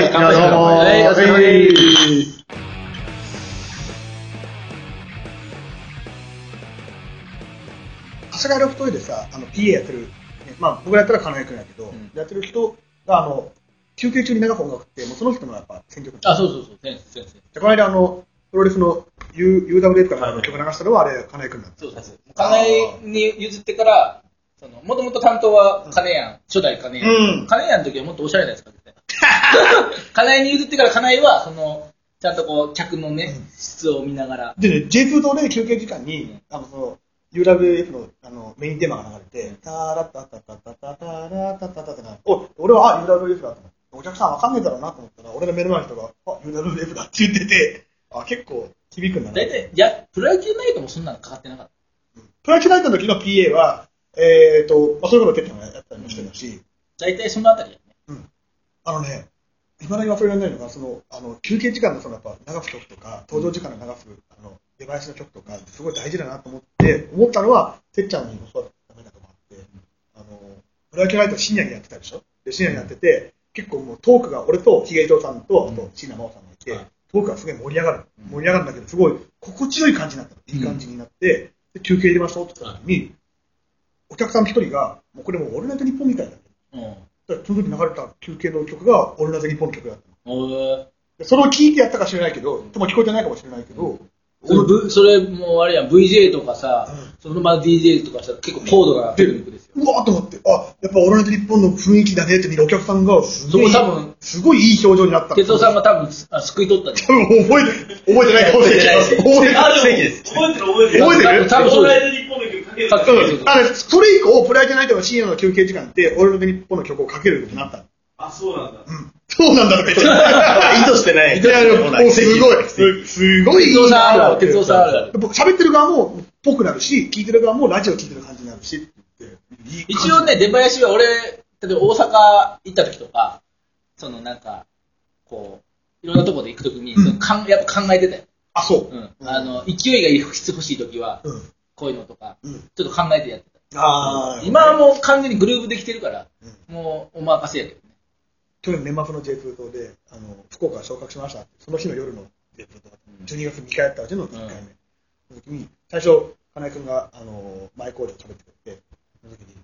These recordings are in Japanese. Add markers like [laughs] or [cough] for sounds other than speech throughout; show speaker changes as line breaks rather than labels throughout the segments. いやどうも
はいお疲れ様です
春日井ロフトでさ、あの PA やってる、ねまあ、僕らやったら金井君やけど、
ん
やってる人があの休憩中に流す音楽って、もうその人のやっぱ選曲
あ、そうそうそう、先生、先生。
でこの間あの、プロレスの U- UWF からの曲流したのは、あれ、金井君なんです
そうそうそう。金井に譲ってから、その、もともと担当は金谷、初代金
う
谷。
ん
金谷の時はもっとおしゃれなやつかけて。金井に譲ってから金井は、その、ちゃんとこう、客のね、質を見ながら。
でね、J2 のね、休憩時間に、あのその UWF のあのメインテーマが流れて、タラッタッタッタッタッタッタラッタッタッタッタッタお俺は、あ、UWF だと思って、お客さんわかんねえだろうなと思ったら、俺の目の前の人が、あ、UWF だって言ってて、あ、結構響くんだな。
大体、いや、プロ野球ナイトもそんなのかかってなかった。
プロ野球ナイトの時の PA は、えーと、まあ、そういうことをもやったりもしてたし、
大体そのあたりやね。
あのね、いまだに忘れられないのが、その、あの、休憩時間のその、やっぱ、流す曲とか、登場時間の流す、あの、デバイスの曲とか、すごい大事だなと思って、思ったのは、てっちゃんにもそうだったダメだと思って、あの、プロ野球ナイト深夜にやってたでしょで、深夜にやってて、結構もうトークが、俺とヒゲ伊藤さんと、あと、椎名真央さんがいて、
はい
トークがすごい盛り上がる。盛り上がるんだけど、すごい心地よい感じになったの。いい感じになって、で休憩入れましょうって言った時に、お客さんの一人が、もうこれもうオールナイト日本みたいだ。
うん。
だからその時流れた休憩の曲が、オールナイト日本の曲だったの。
おー
でそれを聞いてやったか知らないけど、でも聞こえてないかもしれないけど、
それ、V- それもうあれやん、VJ とかさ
うん、
そのまま DJ とかしたら結構高度なテクニックですよ。
うわーと思って、あ、やっぱオールナイト日本の雰囲気だねって見るお客さんが、すごい
そこ多分、
すごいいい表情になった。
哲夫さんが多分、あ救い取ったんじゃない
多分覚えて、覚えてないかもしれない。覚えてない。
奇跡です
覚えてる覚
覚
えてる。
えてる
オールナイト日本の曲かけるか
そう
うん
そうそう
ら。
あのそれ以降、プロ野球ナイトの深夜の休憩時間って、オールナイト日本の曲をかけるようになったの。
あ、そうなんだ。
うん。そうなんだとか言って。
意図してない。
いやいやもうすごい、すすごいいいなと思って
哲夫さんあるある
僕喋ってる側もっぽくなるし、聞いてる側もラジオ聞いてる感じになるしって言っていい感じ
一応ね、出囃子は俺、例えば大阪行った時とか、そのなんか、こう、いろんなとこで行く時に、
うん
そのかんやっぱ考えてたよ。
あ、そう。
うん。あの、勢いが欲し欲しい時は、
うん。
こういうのとか、
うん
ちょっと考えてやって
あ
た。
ー
今はもう完全にグルーブできてるから、もうお任せやけどね。
去年年末の J2 党で、あの福岡が昇格しましたって、その日の夜の J2 党だった、12月に2回やったうちの1回目、
うん
その時に、最初、金井君があのマイコールを食べてくれて、その時に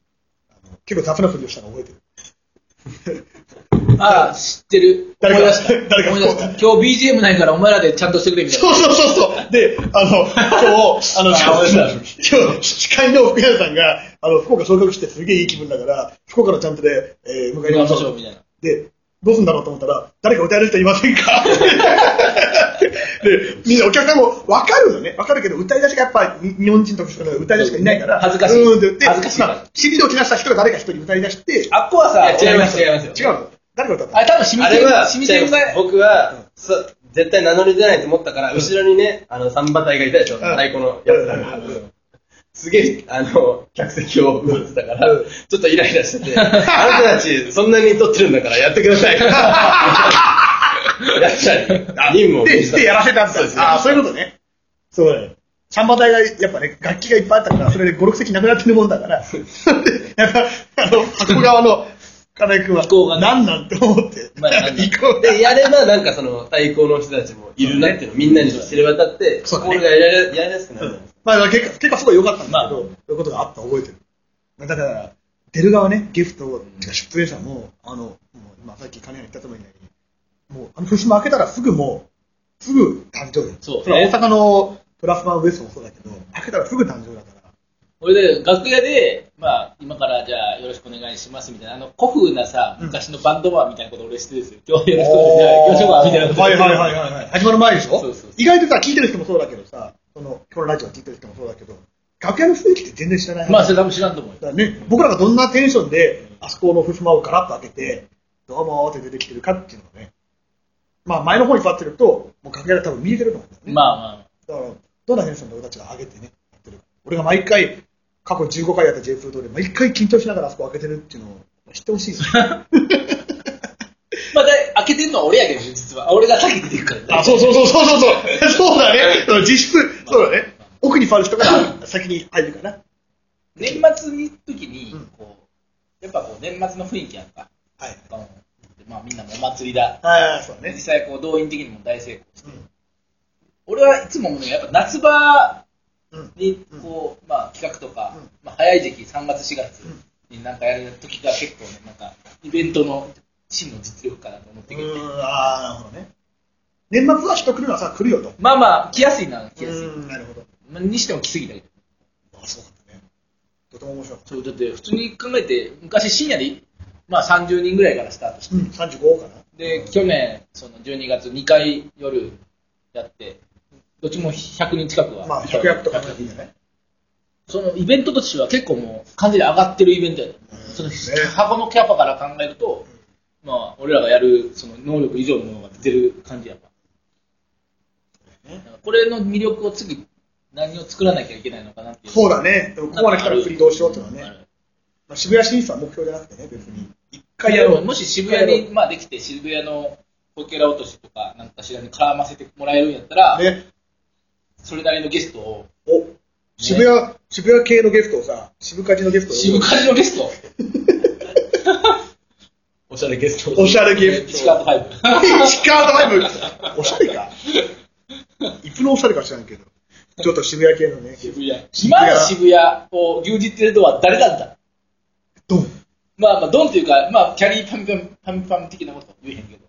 あの結構雑なふりをしたの覚えてる。
ああ、知ってる。
誰
思
か
い出した。
誰か
思い出した。今日 BGM ないからお前らでちゃんとしてくれみたいな。
そうそうそうそう。で、あの、今日、あの、
[laughs] あ思い出
今日、司会の福原さんが、あの、福岡昇格してすげえいい気分だから、福岡のチャンプで、えー、迎えに行
行
きま
きま
し
し
ょ
ょ
う
う。みたいな。
で、どうすんだろうと思ったら、誰か歌える人いませんかで、みんなお客さんも分かるよね。分かるけど、歌い出しがやっぱり日本人特殊な歌い出しがいないから、
恥ずかしいう
ーんって言って、
恥ずかしい
まあ、尻を切らした人が誰か一人歌い出して、
あっこはさ、
いや違います
俺
違い
の
ますよ。
違うの誰が歌った
あれ多分染み
あ
て
れ
る
は、
染みてるぐらい。
僕は、そう絶対名乗り出ないと思ったから、後ろにね、あの、三馬隊がいたでしょ、
ん
太鼓のやつらが。すげえ、あの、客席を奪ってたから、
うん
ちょっとイライラして [laughs] て、あなたたち、そんなに撮ってるんだからやってくださ [laughs] い。いらっしゃい。任務を
の
無
で、
視した
してやらせたんだ
そうですね
ああ、そういうことね。そうだよ。サンバ隊が、やっぱね、楽器がいっぱいあったから、それで5、6席なくなってるもんだから、でやっぱ、あの、箱側の金井君は、
意向がね
何なんて思って、
[laughs]
まあ
[laughs]
なんだ
意向が
で、やれば、なんかその、太鼓の人たちもいるなっていうのをみんなに知れ渡って、
そうだね
心がやらやりやすくなるじゃないですか。
まあ、結果、結果すごい良かったんだけど、
まあ
そういうことがあったの覚えてる。だから、出る側ね、ゲスト、てか出演者も、あの、もう今さっき金谷言ったとも言ないに、もう、あの、節も開けたらすぐもう、すぐ誕生日。
そう
れは大阪のプラスマンウエストもそうだけど、開けたらすぐ誕生日だから。
俺で楽屋で、まあ、今からじゃあよろしくお願いしますみたいな、あの古風なさ、
うん
昔のバンドマンみたいなこと俺してですよ。今日はよろしくお願いします。じゃあ行きましょうかみたいなこと。
はいはいはいはいはい。始まる前でしょ
そうそうそう
意外とさ、聞いてる人もそうだけどさ、その、このラジオ聞いてる人もそうだけど、楽屋の雰囲気って全然知らない。
まあ、それ多分知らんと思うよ。
だからね、僕らがどんなテンションで、あそこのふすまをガラッと開けて、どうもーって出てきてるかっていうのがね、まあ、前の方に座ってると、もう楽屋で多分見えてると思うんだよね。
まあまあ、
だから、どんなテンションで俺たちが上げてね、やってるか俺が毎回、過去15回やった J2 通り、毎回緊張しながらあそこ開けてるっていうのを知ってほしいですよ
まあ、だい開けてるのは俺やけど、実は。俺が先出てくから、
[laughs] あ、そうそうそうそうそうそう。 [laughs] そうだね。その実質、そうだね。奥に座る人から先に入るかな。
年末に時に
うん、
こう、やっぱこう、年末の雰囲気やんか。
はい。
あのまあみんなもお祭りだ。
ああ、そうだ
実
ね。
際こう動員的にも大成功。
うん。
俺はいつもね、やっぱ夏場
うん。
にこう、まあ企画とか、
うん
まあ早い時期3月4月
うん
になんかやる時が結構ね、なんかイベントの真の実力かなと思ってきて。
うん、ああ、なるほどね。年末は人来るのはさ、来るよと。
まあまあ、来やすいな、来やすい。
うん、なるほど。
まあにしても来すぎたけど。
ああ、そうだったね。とても面白かっ
そう、だって普通に考えて、昔深夜で、まあ30人ぐらいからスタートして
た。うん、35かな。
で、去年、その12月2回夜やって、どっちも100人近くは。
まあ、100役とかでいいんじゃない
そのイベントとしては結構もう完全に上がってるイベントやで、その箱のキャパから考えると、まあ、俺らがやるその能力以上のものが出てる感じやっぱ。だからこれの魅力を次、何を作らなきゃいけないのかなっていう。
そうだね。でもここまで来たら次どうしようっていうのはね。
ある
まあ、渋谷進出は目標じゃなくてね、別に。一回
い
や
や
ろう。
もし渋谷に、まあ、できて渋谷のこけら落としとかなんかしらに絡ませてもらえるんやったら、
ね。
それなりのゲストを
お、渋谷、渋谷系のゲストをさ、渋カジのゲストを。
渋カジのゲスト
おしゃれゲスト。
おしゃれゲス
ピチ
ト
カー。トファイブ
石川ドライブおしゃれ [laughs] かいつのおしゃれか知らんけどちょっと渋谷系のね
渋谷今の渋谷を牛耳ってるのは誰なんだ
ドン
まあまあドンというかまあキャリーパンパンパンパン的なことは言えへんけど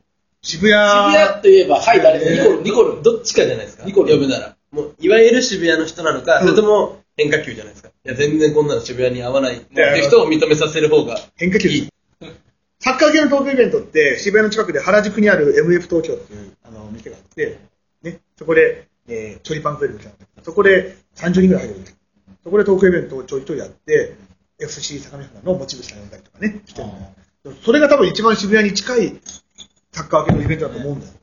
渋谷
渋谷といえばはい誰だニコルニコル
どっちかじゃないですか。
ニコル
呼ぶなら。もう、いわゆる渋谷の人なのか、
うん
それとも変化球じゃないですか。いや、全然こんなの渋谷に合わないっていう人を認めさせる方が。
変化球サッカー系の東京イベントって渋谷の近くで原宿にある MF 東京っていうあの店があって、ね、そこで、えー、チョリパンフェルみたいなそこで30人ぐらい入るんですよそこで東京イベントをちょいちょいやって FC 相模原の持ち主さん呼んだりとかねしてるのよそれが多分一番渋谷に近いサッカー系のイベントだと思うんだよ、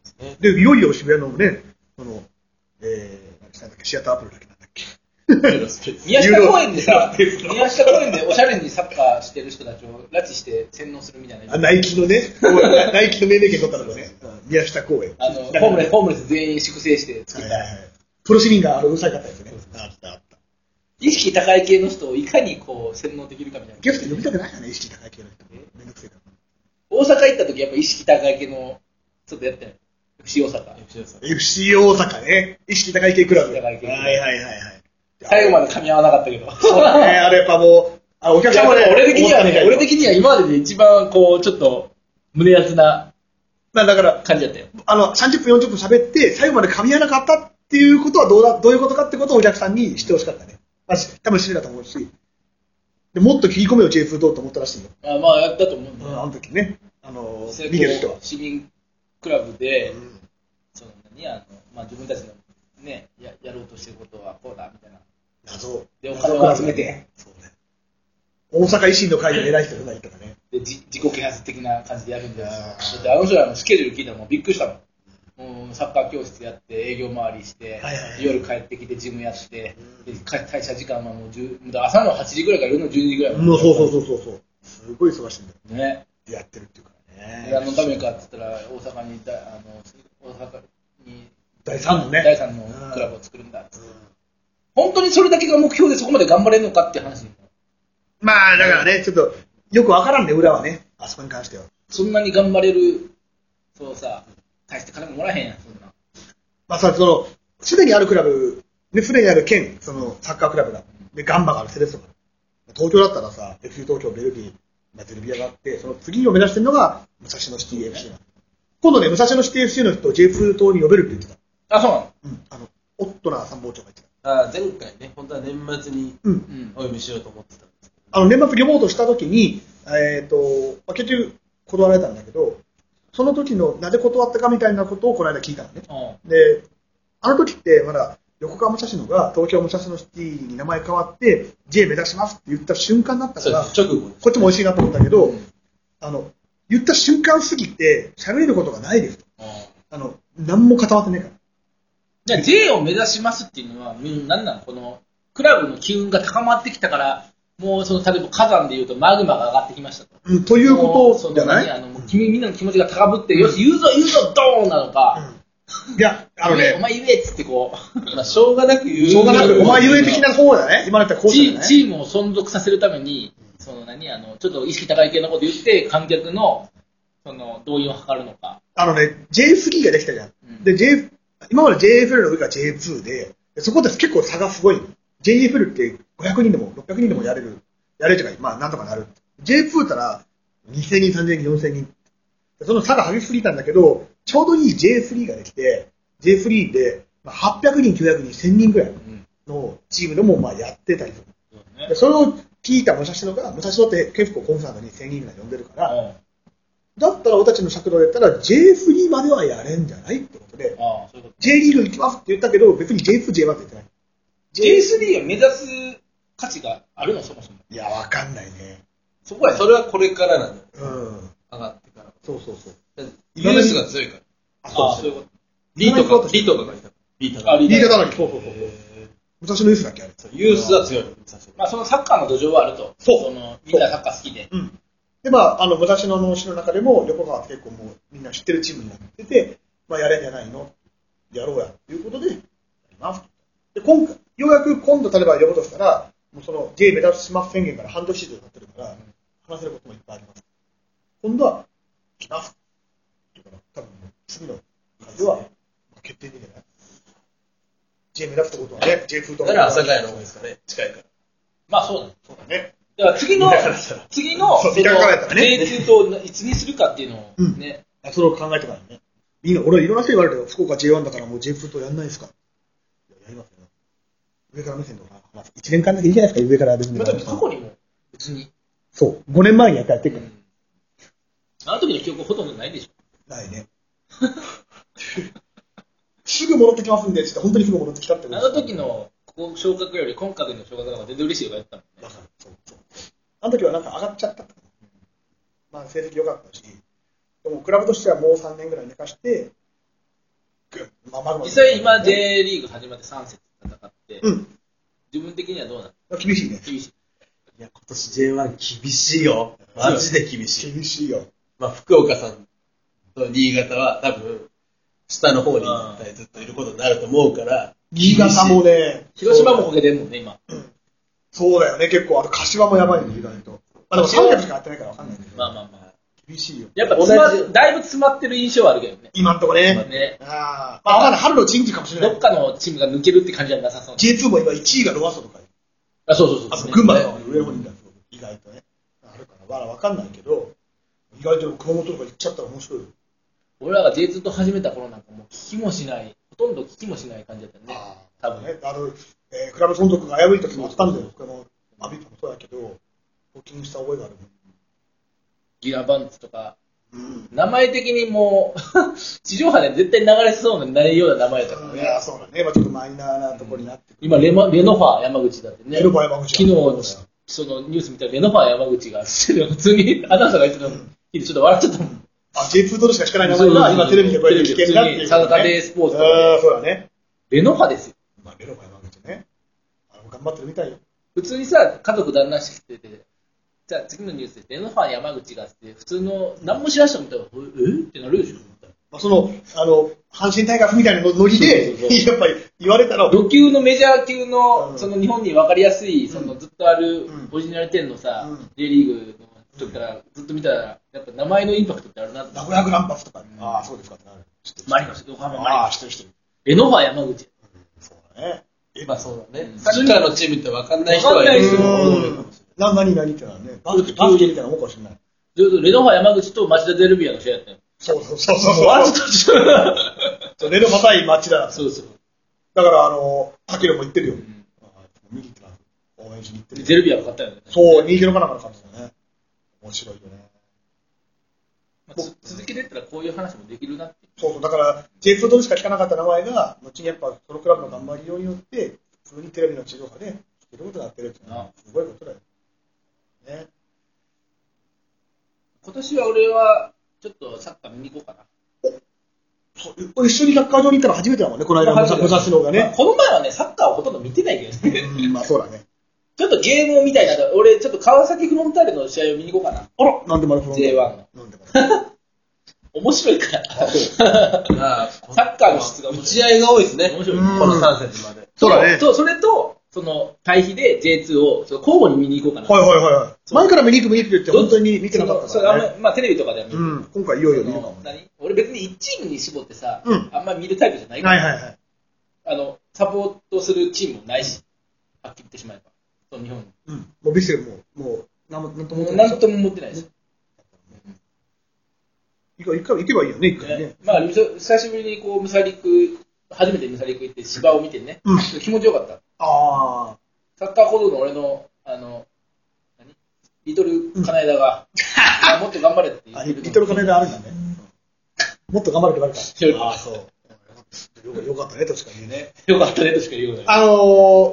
でいよいよ渋谷のねその、えー、何でしたっけシアターアプリだっけなんだっけ
宮下公園でさ宮下公園でおしゃれにサッカーしてる人たちを拉致して洗脳するみたいな
あナイキのねナイキの命名権取ったのがねうん宮下公園
あのホームレスホームレス全員粛清して作
はい
っ
は
た
いはいプロ市民があのうるさかったですね。あったあった。
意識高い系の人をいかにこう洗脳できるかみたいな
ゲスト呼びたくないよね、意識高い系の人。めんどくせえか
大阪行った時やっぱ意識高い系のちょっとやったよ FC 大阪
ら。FC 大阪ね。意識高い系クラブ。
意識高い系
はいはいはいはい。
最後まで噛み合わなかったけど
そうだね、あれやっぱもう、あお客
いや
様ね、
俺的にはね、俺
的
的には今までで一番こう、ちょっと胸熱な
だから、
感じだったよ。
あの、30分40分喋って、最後まで噛み合わなかったっていうことはどうだ、どういうことかってことをお客さんに知ってほしかったね。まあ、し多分知るだと思うし。でもっと切り込めを J2 どうと思ったらしいよ。
まあ、まあ、やったと思うんだ
あ
よ。
の時ね。あの、
実際
見てる人は
こう。市民クラブで、
うん
その何あの、まあ、自分たちのね、ややろうとしてることはこうだ、みたいな。
謎
でお金を集めて
そうね大阪維新の会の偉い人がいとかね
で、じ自己啓発的な感じでやるんだよ。だ
あー
ってあの人らのスケジュール聞いたらもうびっくりしたもん。もうサッカー教室やって、営業回りして、
はいはいはい
夜帰ってきてジムやって、でか退社時間はもう10もう朝の8時ぐらいから夜の12時ぐらいまで
もうそうそうそうそうそうすごい忙しいんだよ
ね。
やってるっていうからね
何のためかって言ったら、大阪にだ、あの、大阪に、
第3のね
第三のクラブを作るんだって。本当にそれだけが目標でそこまで頑張れるのかって話。
まあだからねちょっとよくわからんね裏はねあそこに関しては
そんなに頑張れる、そうさ、大して金ももらえへんやん、そんな。
まあさそのすでにあるクラブですでにある県そのサッカークラブがでガンバがあるセレッソがある東京だったらさ FC 東京ベルギーまあゼルビアがあってその次を目指してるのが武蔵野シティ FC なんだ今度ね武蔵野シティ FC の人を J2 党に呼べるって言ってた
あ、そうなの
うん、あの、オットナー参謀長が言ってた。
あ前回ね、本当は年末に
うん。
うん
お。呼びしようと思ってたんですけ
あの、年末予防とした時に、えっ、と、まあ、結局断られたんだけど、その時のなぜ断ったかみたいなことをこの間聞いたのね。
うん
で、あの時ってまだ横川武蔵野が東京武蔵野シティに名前変わって J 目指しますって言った瞬間だったか
ど。
ら、
そう直後です。
こっちも美味しいなと思ったけど、
うん
あの、言った瞬間すぎて喋れることがないですと。
うん
あの、何も固まってねえから。
じゃあ J を目指しますっていうのは、うん、何なのこの、クラブの機運が高まってきたから、もうその、例えば火山で言うとマグマが上がってきましたと。
うん、ということじゃない
もうそのねあの、もう君みんなの気持ちが高ぶって、よし、言うぞ言うぞ、ドーンなのか、
いや、あのね、
お前言えっつってこう、
まあ、しょうがなく言う。
しょうがなく、お前
言
ゆえ的な方だね。今だったらこう
チ
じゃ
ー
ない
チームを存続させるために、その何、あの、ちょっと意識高い系のこと言って、観客の、その動員を図るのか。
あのね、J3 ができたじゃん。
うん
で、J、今まで JFL の上が J2 で、でそこで結構差がすごい。JFL って500人でも600人でもやれる。やれるというか、まあなんとかなる。J2 ったら2000人、3000人、4000人。でその差が激しすぎたんだけど、ちょうどいい J3 ができて、J3 でまあ800人、900人、1000人ぐらい
うん
のチームでもまあやってたりする。
そう
でそれを聞いた武蔵野が、武蔵野って結構コンサートに1000人ぐらい呼んでるから、
だね
だったら俺たちの尺度でやったら J3 まではやれんじゃないってことで
うん、ああ、そういうこと。
J リーグ行きますって言ったけど、別に J2、J1 って言ってない。
J3 を目指す価値があるの、そもそも。
いや、わかんないね。
そこは、それはこれからなの。
うん。
上がってから。
そうそうそう。
US が強いから。
あ、
ああ、
そう
そう
そう。
いうこ
D とか、D とかがいた。D と
と。あ
か。
リ
リー
ー
ガ
ダー
だらけ。そうそうそう。武蔵野ユースだっけ、あれ。
ユースは強いの。
まあ、そのサッカーの土壌はあると。
そう
のみんなサッカー好きで。
うん。で、まあ、あの、武蔵野の市の中でも、横川って結構もう、みんな知ってるチームになってて、まあ、やれんじゃないのやろうや、ということで、やります。で、今回、ようやく今度、例えば呼ぶとしたら、もうその、J 目指します宣言から半年以上経ってるから、話せることもいっぱいあります。今度は、来ます。だから、多分、次の回では、まあ決定的じゃない ?J 目指すってことはね、J 風と
だから、朝霞屋の方がいいですかね。近いから。
まあ、そうだね。
そうだね。
だから次の
田舎だったら、
次の、
そう
その
田舎だったらね
J2 といつにするかっていうのを
うん
ね、
あそれを考えてからね。みんな、俺、いろんな人に言われたよ。福岡 J1 だからもう J2 とやんないですかいや、やりますよ。上から目線とか、まあ、1年間だけいいじゃないですか、上から目線
まあ、でも過去にも別に、
そう、5年前にやったやってる
う
か
んあの時の記憶ほとんどないでしょ。
ら。ない
[laughs]
ね。すぐ戻ってきますんで、つって、本当にすぐ戻ってきたって
あ
こと
の時のここ昇格より今回の昇格の方が全然嬉しいよやったもん
だ
ね
から、そうそう。あの時はなんか上がっちゃった。まあ、成績良かったし、でも、クラブとしてはもう3年ぐらい寝かして、ぐっまあ、まだまだ
実際今 J リーグ始まって3節戦って、
うん。
自分的にはどうなの
厳しいね。
厳しい
いや、今年 J1 厳しいよ。マジで厳しい。
厳しいよ。
まあ、福岡さんと新潟は多分、下の方に絶対ずっといることになると思うから、
新潟も
ね。
ね、
広島もこけてるもんね、今。
そうだよね、結構、あと柏もやばいね、意外と。まあでも300しかやってないから分かんないけど、
まあまあまあ。
厳しいよ。
やっぱ詰ま、
同じ
だいぶ詰まってる印象はあるけどね。
今んとこね。
ね
あーまあ、まだ春の人事かもしれな
どっ
い。
かのチームが抜けるって感じはなさそうな。
J2 も今1位がロアソとか、
あ、そうそうそう
あ
そう
と群馬の上の方にいたんですよ意外とね。あるから、まだ分かんないけど、意外と熊本とか行っちゃったら面白いよ。
俺らが J2 と始めた頃なんかもう聞きもしない、ほとんど聞きもしない感じだったよね。多分
ね。あの、えークラブ存続が危うい時もあったんだよ、僕も、アビットもそうだけど、募金した覚えがある
ギラバンツとか、
もん。うん
名前的にもう、 [laughs] 地上波で絶対流れそうなないような名前だったから
い
ね。
や、そうだね。まあちょっとマイナーなところになってくる。
今レマ、レノファー山口だってね。
レノファー山口
昨日、そのニュース見たらレノファー山口が、普通にアナウンサーが言ってたの聞いてちょっと笑っちゃったもん。
あ、J2 ドルしかしかない名前が今テレビでこうやって聞けるなっていうことね。
サタデースポーツとかね
ああ、そうだね。
レノファーですよ。
まあ、ベロが山口ね。あの、頑張ってるみたいよ。
普通にさ、家族旦那してて、じゃあ次のニュースでレノファー山口がって、普通の、何も知らん人見たら、ええってなるでしょ。
まあ、その、あの、阪神タイガースみたいなノリで
そうそうそ、
やっぱり言われたら、
土球のメジャー級の、
うん
その日本に分かりやすい、そのずっとある
うん
オリジナル10のさ、
うん
J リーグの時からずっと見たら、やっぱ名前のインパクトってあるなと思
名
って。
古屋グランパスとか、ああ、そうですかってなる。知ってる
マリノス、横浜マリ
あ
ノ
あ、知
ス。
ってる知ってる。
レノファー山口。
そうだね。え
まあそうだね
う。ん
サッカーのチームって分かんない人は
う
い
ん
ると思う
う
けど
ん。な、なになにってのはね、バスケ、バスケみたいなもんかもしれない。
ずっとレノファー山口と町田ゼルビアの試合だったよ。 [laughs]
そうそうそうそう。
あちょっとちょっ
そうレノファ対町だ
と。。そうそう。
だから、あの、タケルも言ってるよ
ん。
ああ見に行ってます応援しに行ってる。
ゼルビアが勝ったよね。
そう、2-0かなんかの感じだね。面白いよね。
まあつ続けてったらこういう話もできるなっていう。
そうそう、だから、J2 ドルしか聞かなかった名前が、後にやっぱ、そのクラブの頑張りようによって、普通にテレビの地上波で聞けることになってるっていうのは、すごいことだよ。ね。
今年は俺は、ちょっとサッカー見に行こうかな。
そうこれ一緒にサッカー場に行ったの初めてだもんね、この間、武蔵武蔵野が
まあ
ね。
この前はね、サッカーをほとんど見てないけどね。
うん、まあそうだね。
ちょっとゲームを見たいなと。俺、ちょっと川崎フロンターレの試合を見に行こうかな。 [laughs]
あら、なんでまだフロント
J1 の
なんでまだ。
面白いから。
まあ
[laughs] サッカーの質が面白
打ち
い。
合いが多いですね。
面
こ
白い
うん
の3節まで。
そうだね
そう、それと、その対比で J2 をその交互に見に行こうかな。
はいはいはいはい。前から見に行く見に行くって言って本当に見てなかった
そ
か
のそ
ら
れあん
ね。
まりまあテレビとかでは見る
うん、今回いよいよ見
そ
るかもね。
の何俺別に1チームに絞ってさ、
うん
あんまり見るタイプじゃないから、
はいはいはい。
あのサポートするチームもないし、はっきり言ってしまえば、その日本に。
うん。もうビッセルも、もう、なんもなんとも思ってない
なんとも思ってないです。
一回、一回行けばいいよね、一回ね
ね。まあ、久しぶりにこうムサリク、初めてムサリク行って芝を見てね、
うん
気持ちよかった。
ああ。
サッカー小僧の俺の、あの、何リトル金
[laughs]
枝が、あもっと頑張れって言
あ
っ
リ
てる。
トルカネであるんだね。もっと頑張るってなるか
そう
ら。ああ、そう。よかよかったね、確かにね。
よかったねとしか言うない。
あの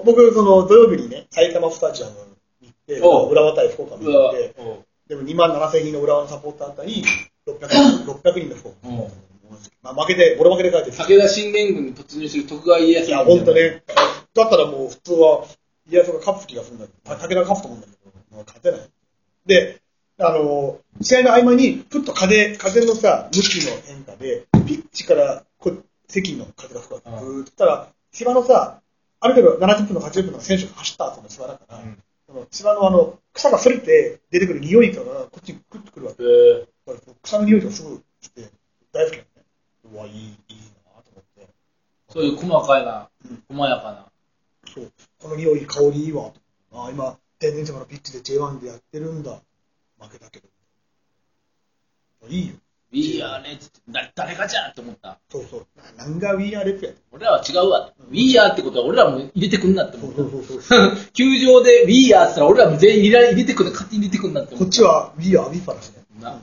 ー、僕、その土曜日にね、埼玉スタジアムに行って、
おう
浦和対福岡見
うわ
に行って、でも2万7000人の浦和のサポーターに600人、600人の福岡。
おう
まあ、負けて、ボロ負けで帰ってきた。い
武田信玄軍に突入する徳川家康
や、
みたいな
本当ね。だったらもう普通は、家康が勝つ気がするんだけど、武田が勝つと思うんだけど、まあ勝てない。で、あのー、試合の合間に、ふっと風、風のさ、向きの変化で、ピッチからこう席の風が吹くわけ。
うん
ふーっとたら、芝のさ、ある程度70分の80分の選手が走った後の芝だから、
うん
その芝のあの、草が反れて出てくる匂いとかがこっちに食ってくるわけ。
えー
だから草の匂いがすごいして、大好きだね。うわ、いい、いいなと思って。
そういう細かいな
うん、
細やかな。
そう、この匂い、香りいいわ。ああ、今、天然様のピッチで J1 でやってるんだ。負けたけど。いいよ。
We are Red って誰誰がじゃんって思った。
そうそう。ななんが We are Red や。
俺らは違うわ。We are ってことは俺らも入れてくんなって
そ
思
う
った
そ。うそうそう。
[laughs] 球場で We are って言ったら俺らも全員入れ入れてくんな、勝手に入れてくんなって
こ
思
っ
った。 [laughs]
ちは We are ビファラスね。
な
うん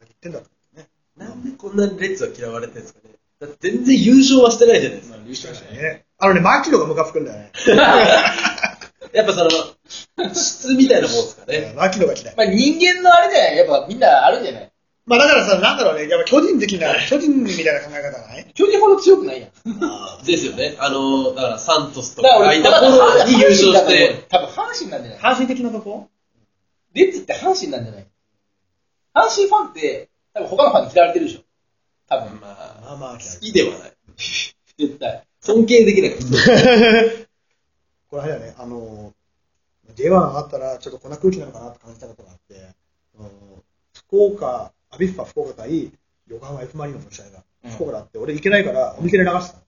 言ってんだからね。
なんでこんなにレッツは嫌われてるんですかね。だって全然優勝はしてないじゃないです
ま
か
あ。優勝しない
ねあのね、マキロがムカつくんだよね。
やっぱその、質みたいなもんですかね。
マキロが嫌い。
まあ人間のあれじゃないやっぱみんなあるんじゃない
まあだからさ、なんだろうね、やっぱ巨人的な、巨人みたいな考え方ない
巨人ほど強くないやん。
ですよね。あの、だからサントスと
だから
[laughs] か、ああ
俺、
い
だ
た
から
頃に優勝
阪神だと思
し
う
て
よ、多分阪神なんじゃない
反省的なとこ
レッツって阪神なんじゃない阪神ファンって、多分他のファンに嫌われてるでしょ。多分、
ま
ま
あ、
あまあ、
好きではない。
絶対。
尊敬できない。
[laughs] これあれだね、あの、J1 上がったら、ちょっとこんな空気なのかなって感じたことがあって、あの福岡、アビスパ福岡対横浜 F ・マリノスの試合が、
うん
福岡だって、俺行けないから、お店で流してたの。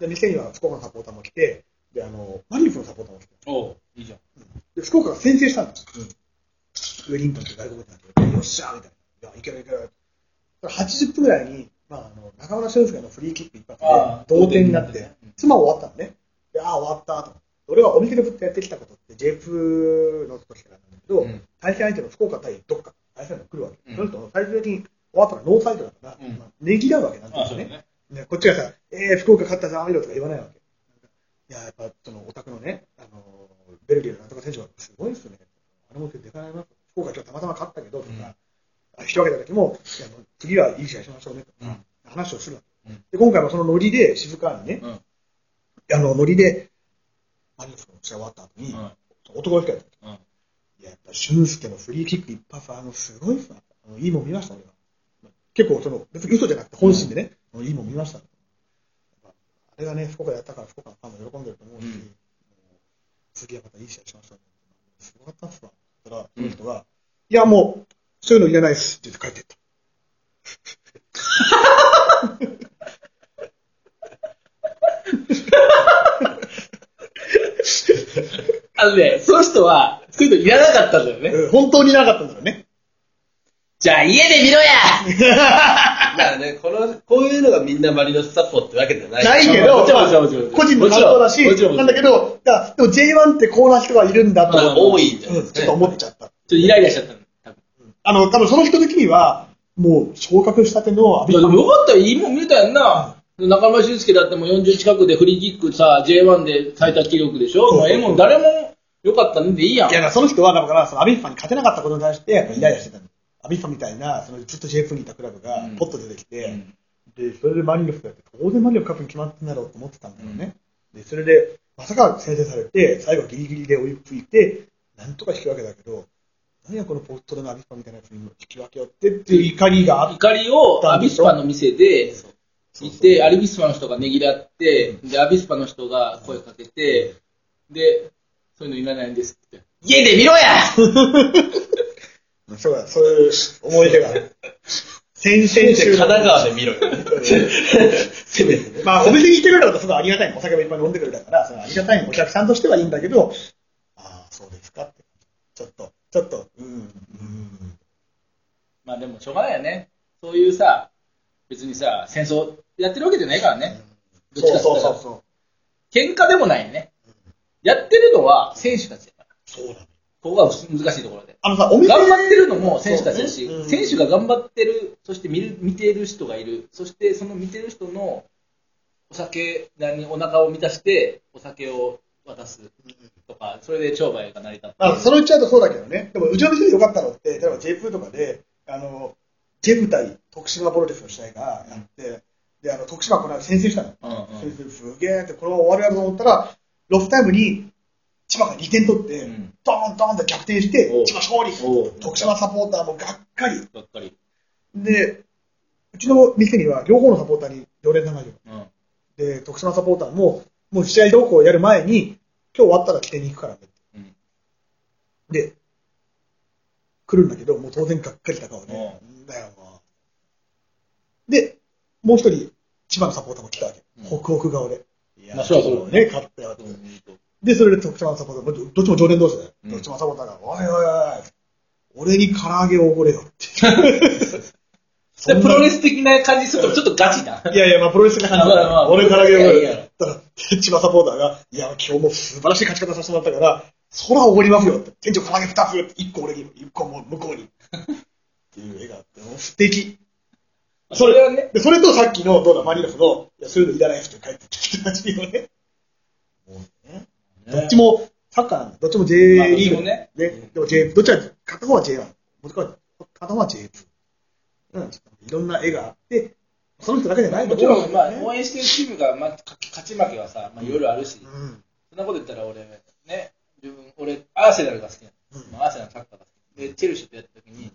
で、店には福岡のサポーターも来て、で、あの、マリノスのサポーターも来て、
おう、いいじゃん。
で、福岡が先制したんですよ。ウェリントンって外国人なんで、よっしゃーみたいな。いや、いけるいける。だから80分ぐらいに、まあ、あの中村俊輔のフリーキック一発で
ああ
同点になっ
同点にな
て
ってね、
妻は終わったのね。で、ああ、終わったと。俺がお店でぶっとやってきたことって、JF の時からなんだけど、
うん
対戦相手の福岡対どっか、対戦が来るわけ。
うん
それと最終的に終わったらノーサイドだから、
うん
まあ、ねぎらうわけなんですよね。ね、こっちがさ、えー、福岡勝ったぞ、見ろとか言わないわけ。いや、やっぱ、その、お宅のね、あのーベルギーのなんとか選手はすごいですね。あれも出かないな。福岡今日たまたま勝ったけど、とか、
うん
あ引き分けた時も、いや、もう次はいい試合しましょうね、と
う
か
ん、
話をするわけ、
うん
で、今回もそのノリで、静かにね、
うん
あの、ノリで、マリノスの試合終わった後に、
うん
男が来たやつ
うん
いや、やっぱ、俊介のフリーキック一発、あの、すごいっすな。あのいいもん見ました、俺は。結構、その、別に嘘じゃなくて、本心でね、あのいいもん見ました。あれがね、福岡でやったから、福岡のファンも喜んでると思うし、
うん
もう次はまたいい試合しましょうね。すごかったっすわ。だから、その人が、いや、もう、そういうのいらないっすって言って帰ってった。
あのね、その人は、そういうのいらなかったんだよね。
えー本当にいなかったんだろうね。
じゃあ家で見ろや
だからね、この、こういうのがみんなマリノスサポってわけじゃない。
ないけ
も
ど、
ちろんもちろんもちろん
個人の活動だし
もちろんもちろん
なんだけど、だからでも J1 ってこうな人がいるんだと、
まあ
多いんじゃない
うん
です
ちょ
か、
っ
ね。
と思っちゃった。
ちょっとイライラしちゃったの。多分
あの、多分その人的には、もう昇格したての阿
い
部
やでもよかったよ、いいもん見たやんな。中村俊輔だってもう40近くでフリーキックさ、J1 で最多記録でし
そ
ょ。
うそう
まあええもん、誰もよかったんでいいやん。
いや、だからその人は、だから、そのアビッファに勝てなかったことに対して、やっぱイライラしてたの。アビッファみたいな、そのずっと JF にいたクラブが
うん、
ポッと出てきて、
うん
で、それでマリノスだって、当然マリノスカップに決まってんだろうと思ってたんだろうね。で、それで、まさか先制されて、最後ギリギリで追いついて、なんとか引き分けだけど、何やこのポットでのアビッファみたいなやつに引き分けよってっていう怒りがあって、
怒りをアビスパの店で見て、アビスパの人がねぎらって、で、アビスパの人が声かけて、で、そういうのいらないんですって。家で見ろや
そうだ、そういう思い出が。
[laughs]
先々
せめて
週
神
の。
奈川で見ろよ。せめてね。
まあ、お店に来てくれたらすごいありがたいの。お酒もいっぱい飲んでくれたから、そのありがたいのお客さんとしてはいいんだけど、ああ、そうですかって。ちょっと、ちょっと、うん、うん。
[laughs] まあでもしょうがないよね。そういうさ、別にさ、戦争やってるわけじゃないからね。どっ
そう
ちかって言
そ
っ
う
た
そ
ら
うそう。
喧嘩でもないね。やってるのは選手たちだから。
そうだね。
ここが難しいところで。
あのさ、お店
頑張ってるのも選手たちだし、
そうねうん
選手が頑張ってる、そして見る見てる人がいる、そしてその見てる人のお酒なりにお腹を満たして、お酒を渡すとか、それで商売が成り立って
まあ、そのうちだとそうだけどね。でも、うちの店でよかったのって、例えば J プーとかで、あの、ジェム対徳島ボルテスの試合があって、で、あの、徳島この間先制したの。
うんうん
先生すげえって、このまま終わるやろうと思ったら、ロスタイムに千葉が2点取って、
うん
ドーンドーンって逆転して
おう、
千葉勝
おう
利徳島サポーターもがっかり。
ばっかり。
で、うちの店には両方のサポーターに常連さんがいる。
うん
で、徳島サポーターも、もう試合動向をやる前に、今日終わったら来てに行くからね。
うん
で、来るんだけど、もう当然がっかりした顔で、ね、
うん
だよ、もう。で、もう一人、千葉のサポーターも来たわけ。
うん
ホクホク顔で。
いや
まあそうだそうだ
そうね、勝ったよって。で、それで徳島のサポーター、どどっちも常連同士だよ。
うん
徳島サポーターが、おいおいおい、俺に唐揚げをおごれよ
[laughs]
って。そんな
でプロレス的な感じすると、ちょっとガチだ。
いやいや、まあ、プロレスが
まあまあまあ
俺から言う
いやいや
たら、千葉サポーターが、いや、今日も素晴らしい勝ち方させてもらったから、空をおごりますよって、店長唐揚げ2つって、1個俺に、1個もう向こうに。っていう絵があって、もう素敵。
それはね、
で、それとさっきの、どうだ、マニラフの、いや、そういうのいらないですって帰ってきてたらしいよね。もうね。どっちも、サッカーなんだどっちも J
まあどっ
リ
ち
ー
も
グ。
ね
ね。でも J、どっちは、片方は J1、もう片方は片方は J2。うん、いろんな絵があって、その人だけじゃない
もちろ
と
ん、
ころ
まあ
だよね、
応援してるチームが、まあ、か勝ち負けはさ、まあ、いろいろあるし、
うん
そんなこと言ったら俺、ね、自分、俺、アーセナルが好きなの。
うん
まあ、アーセナルのサッカーが好き。で、チェルシーとやった時に、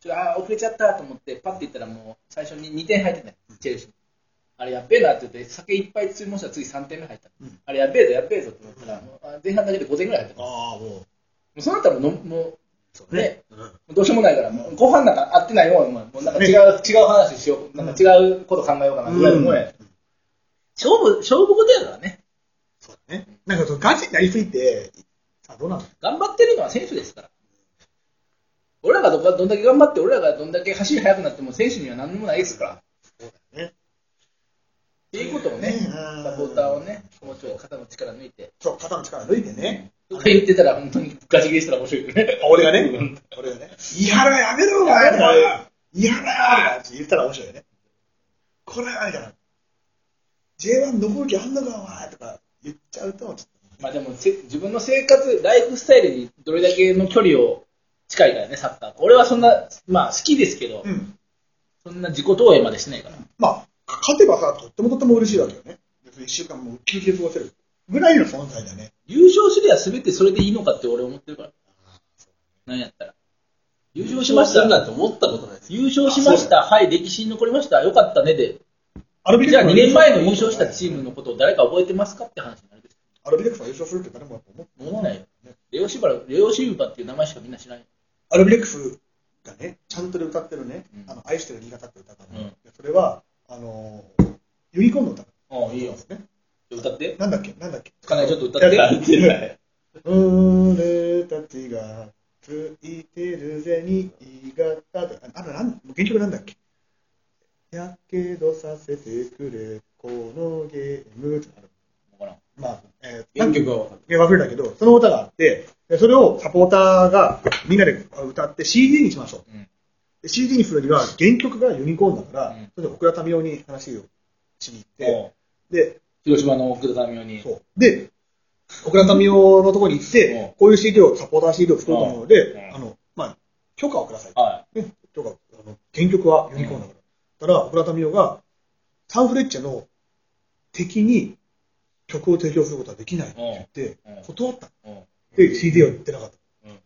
ちょっと、あー遅れちゃったと思って、パッて言ったらもう、最初に2点入ってたよチェルシー。あれやっべえなって言って、酒いっぱい注文したら次3点目入ったの。
うん
あれやっべえぞ、やっべえぞって思ったら、もうあー前半だけで5点ぐらい入ったの。も
ああ、もう、
うそうなったらもう、も、
そうう
ね
ね。、うん
どうしようもないから、もうご飯なんか合ってないよ、お前。もうなんか違う、違う話しよう。なんか違うこと考えようかな、ぐらいの思いやね、勝負、勝負事やからね。
そうだね。なんかそのガチになりすぎて、さあどうなの
頑張ってるのは選手ですから。俺らがどどんだけ頑張って、俺らがどんだけ走り速くなっても選手には何にもないですから。っ
そうだね。
ていうことをね、
うん
サポーターをね、もうちょい肩の力抜いて、
そう、肩の力抜いてね。
とか言ってたら本当にガチ切れしたら面白いよね。 [laughs]
あ俺がね、俺がね、井原やめろ、お前とか井原やって言ったら面白いよね。これはあれだな。J1 残る気あんのか、お前とか言っちゃうと、ちょっと。
まあでもせ、自分の生活、ライフスタイルにどれだけの距離を近いからね、サッカー。俺はそんな、まあ好きですけど、
うん。
そんな自己投影までしないから。
まあ、勝てばさ、とってもとっても嬉しいわけよね。別に1週間も休憩過ごせるぐらいの存在だね。
優勝すりゃ全てそれでいいのかって俺思ってるから。なんやったら。優勝しまし
す
た
る。なんて思ったことないです。
優勝しました。はい、歴史に残りました。よかったねで。
アルビレ
じゃ
ッ
あ
クス
2
も
年前の優勝したチームのことを誰か覚えてますかって話になるでし
アルビレックスが優勝するって誰もやっぱ思って
ょ。思わないよ。レオシバラ、レオシウバっていう名前しかみんな知らない。
アルビレックスがね、ちゃんとで歌ってるね、
うん
あの愛してる新潟って歌があるの
うん
それは、あのーユニコーンの歌
ああ、いいよ
で。すね。
歌って。
なんだっけ、なんだっけ。
つかない、ちょっと歌って。
やる
てない。
俺たちがついてるぜ、新潟って、ああれなん、原曲なんだっけ。やけどさせてくれ、このゲームってある。
わからん
まあ、えー、
原曲は分かん
いや、忘れたけど、その歌があって、でそれをサポーターがみんなで歌って CD にしましょう。
うん
で CD にするには原曲がユニコーンだから、
うん
それで奥田民生に話をしに行って、
も
で、
う広島の奥田民生に。
そう。で、奥田民生のところに行っ
うん
て、こういう CD を、サポーター CD を作ろうと思うので
う、ん
あの、まあ、許可をください。
は
ね、許可をあの原曲はユニコーンだから。だから、奥田民生がサンフレッチェの敵に曲を提供することはできないって言って
うんうん、
断った。
い。うん
で、CD は売ってなかった。
うん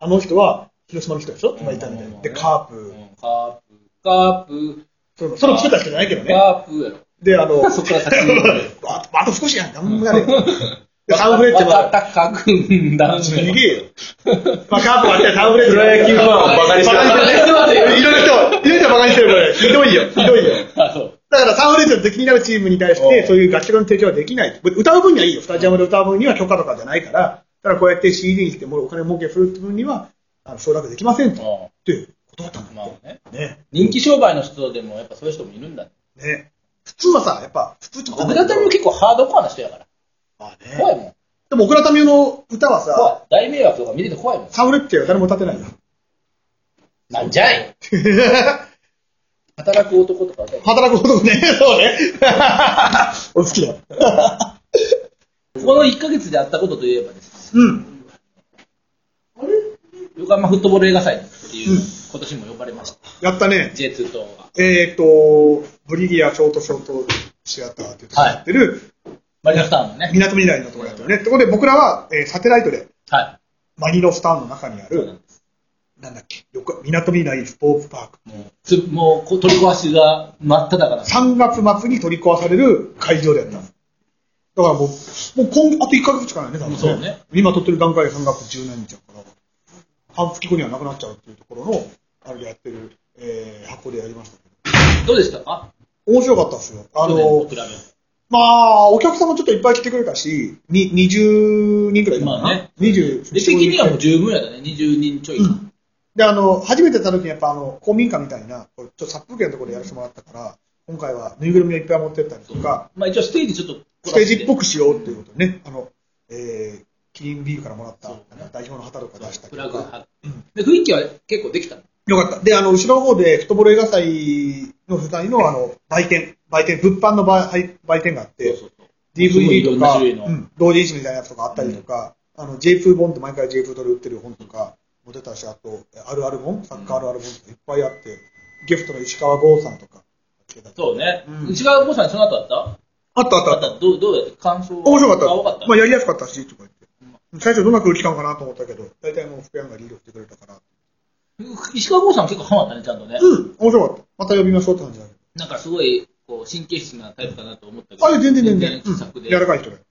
あの人は、広島の人でしょ今言ったみたい
うん
な。で、カープ、
うんカープ、カープ、
そのその作った人じゃないけどね。
カープやろ。 [laughs]
で、あの、
そっから先に。
あとあと少しやん、頑張れ。でサンフレッチェ
わ
は、
かったかくんだん
逃げえよ。バカとかってサンフレッチェ。
プロ野球ファンをバカにしてる
バカる。いろいろと、いろいろとバカにしてるこれ。ひどいよ、ひどいよ。
あ、そう。
だからサンフレッチェの敵になるチームに対し
う
て、
ん
そういう楽曲の提供はできない。歌う分にはいいよ。スタジアムで歌う分には許可とかじゃないから、ただこうやって CD にしてもお金儲けする分には、あの、承諾できませんと。
あ
って断ったんだ
ま
っ
あね。
て。ね。
人気商売の人でも、やっぱそういう人もいるんだね。
ね。普通はさ、やっぱ、普通って
奥田民も結構ハードコアな人やから。
まあね。
怖いもん。
でも、オクラタミの歌は
怖い
さ、。
大迷惑とか見てて怖いもん。
サンフレッチェは誰も歌ってないよ。
なんじゃい
[laughs]
働く男とかね。
働くこともね、そうね。 [laughs] 俺好きだよ。 [laughs]
この1ヶ月であったことといえばですね、
うん。
横浜フットボール映画祭っていう、今年も呼ばれました。
やったね。
J2 とは
えっ、ー、と、ブリギアショートショートシアターっていうところやってる、
マリノスターンのね。
港未来のところやってるね。そこで僕らは、えーサテライトで、
は
マニロスターの中にあ
い。そうなん
る、
です
なんだっけ、横港未来スポーツパーク。
もうつもうこ取り壊しが真っ只中なんです。
3月末に取り壊される会場でやったのだからもう、もう今あと1ヶ月しかないね、多分ね
そうね
今撮ってる段階で3月17日だから、半月後にはなくなっちゃうっていうところの、あれでやってる、えー箱でやりましたけど。
どうでしたか
面白かったですよ。あ
去年と
の
比、べて
まあ、お客さんもちょっといっぱい来てくれたし、に20人くらいいたかな。
まあね
20
で、責任はもう十分やだね。20人ちょい。
うんで、あの、初めてやった時にやっぱあの、公民館みたいな、こうちょっと殺風景のところでやらせてもらったから、今回はぬいぐるみをいっぱい持ってったりとか、
まあ一応ステージちょっと。
ステージっぽくしようっていうことでね、あの、えー、キリンビールからもらった、代表の旗とか出した
プ
り
ラ
と
グ
か。
貼って。で、雰囲気は結構できたの。
よかった。で、あの、後ろの方で、フットボール映画祭の主催の、あの、売店、売店、物販の売売店があって、
そうそう
DVD
いろん
と
な
か、
種類の
うん同時市みたいなやつとかあったりとか、あの、J 風本って毎回 J 風取り売ってる本とかも出たし、あと、あるある本、サッカーあるある本とかいっぱいあって、ゲフトの石川剛さんとか、
そうね
うん。
内川剛さんその後あった
あったあったあっ
あったた。どう、どうだった感想は
面白か
あ多か
っ。
ったた。
まあ、やりやすかったし、とか言って。最初どんな空気感かなと思ったけど、大体もう福山がリードしてくれたから。
石川剛さん結構ハマったね、ちゃんとね。
うん、面白かった。また呼びましょうって感じだね。
なんかすごい、こう、神経質なタイプかなと思ったけど。
あれ全然全然。
気さくで。
柔らかい人だよ。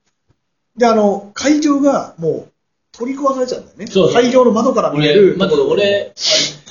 で、あの、会場がもう取り壊されちゃうんだよね。
そうそう
会場の窓から見え
俺、
る。
まず俺、あれ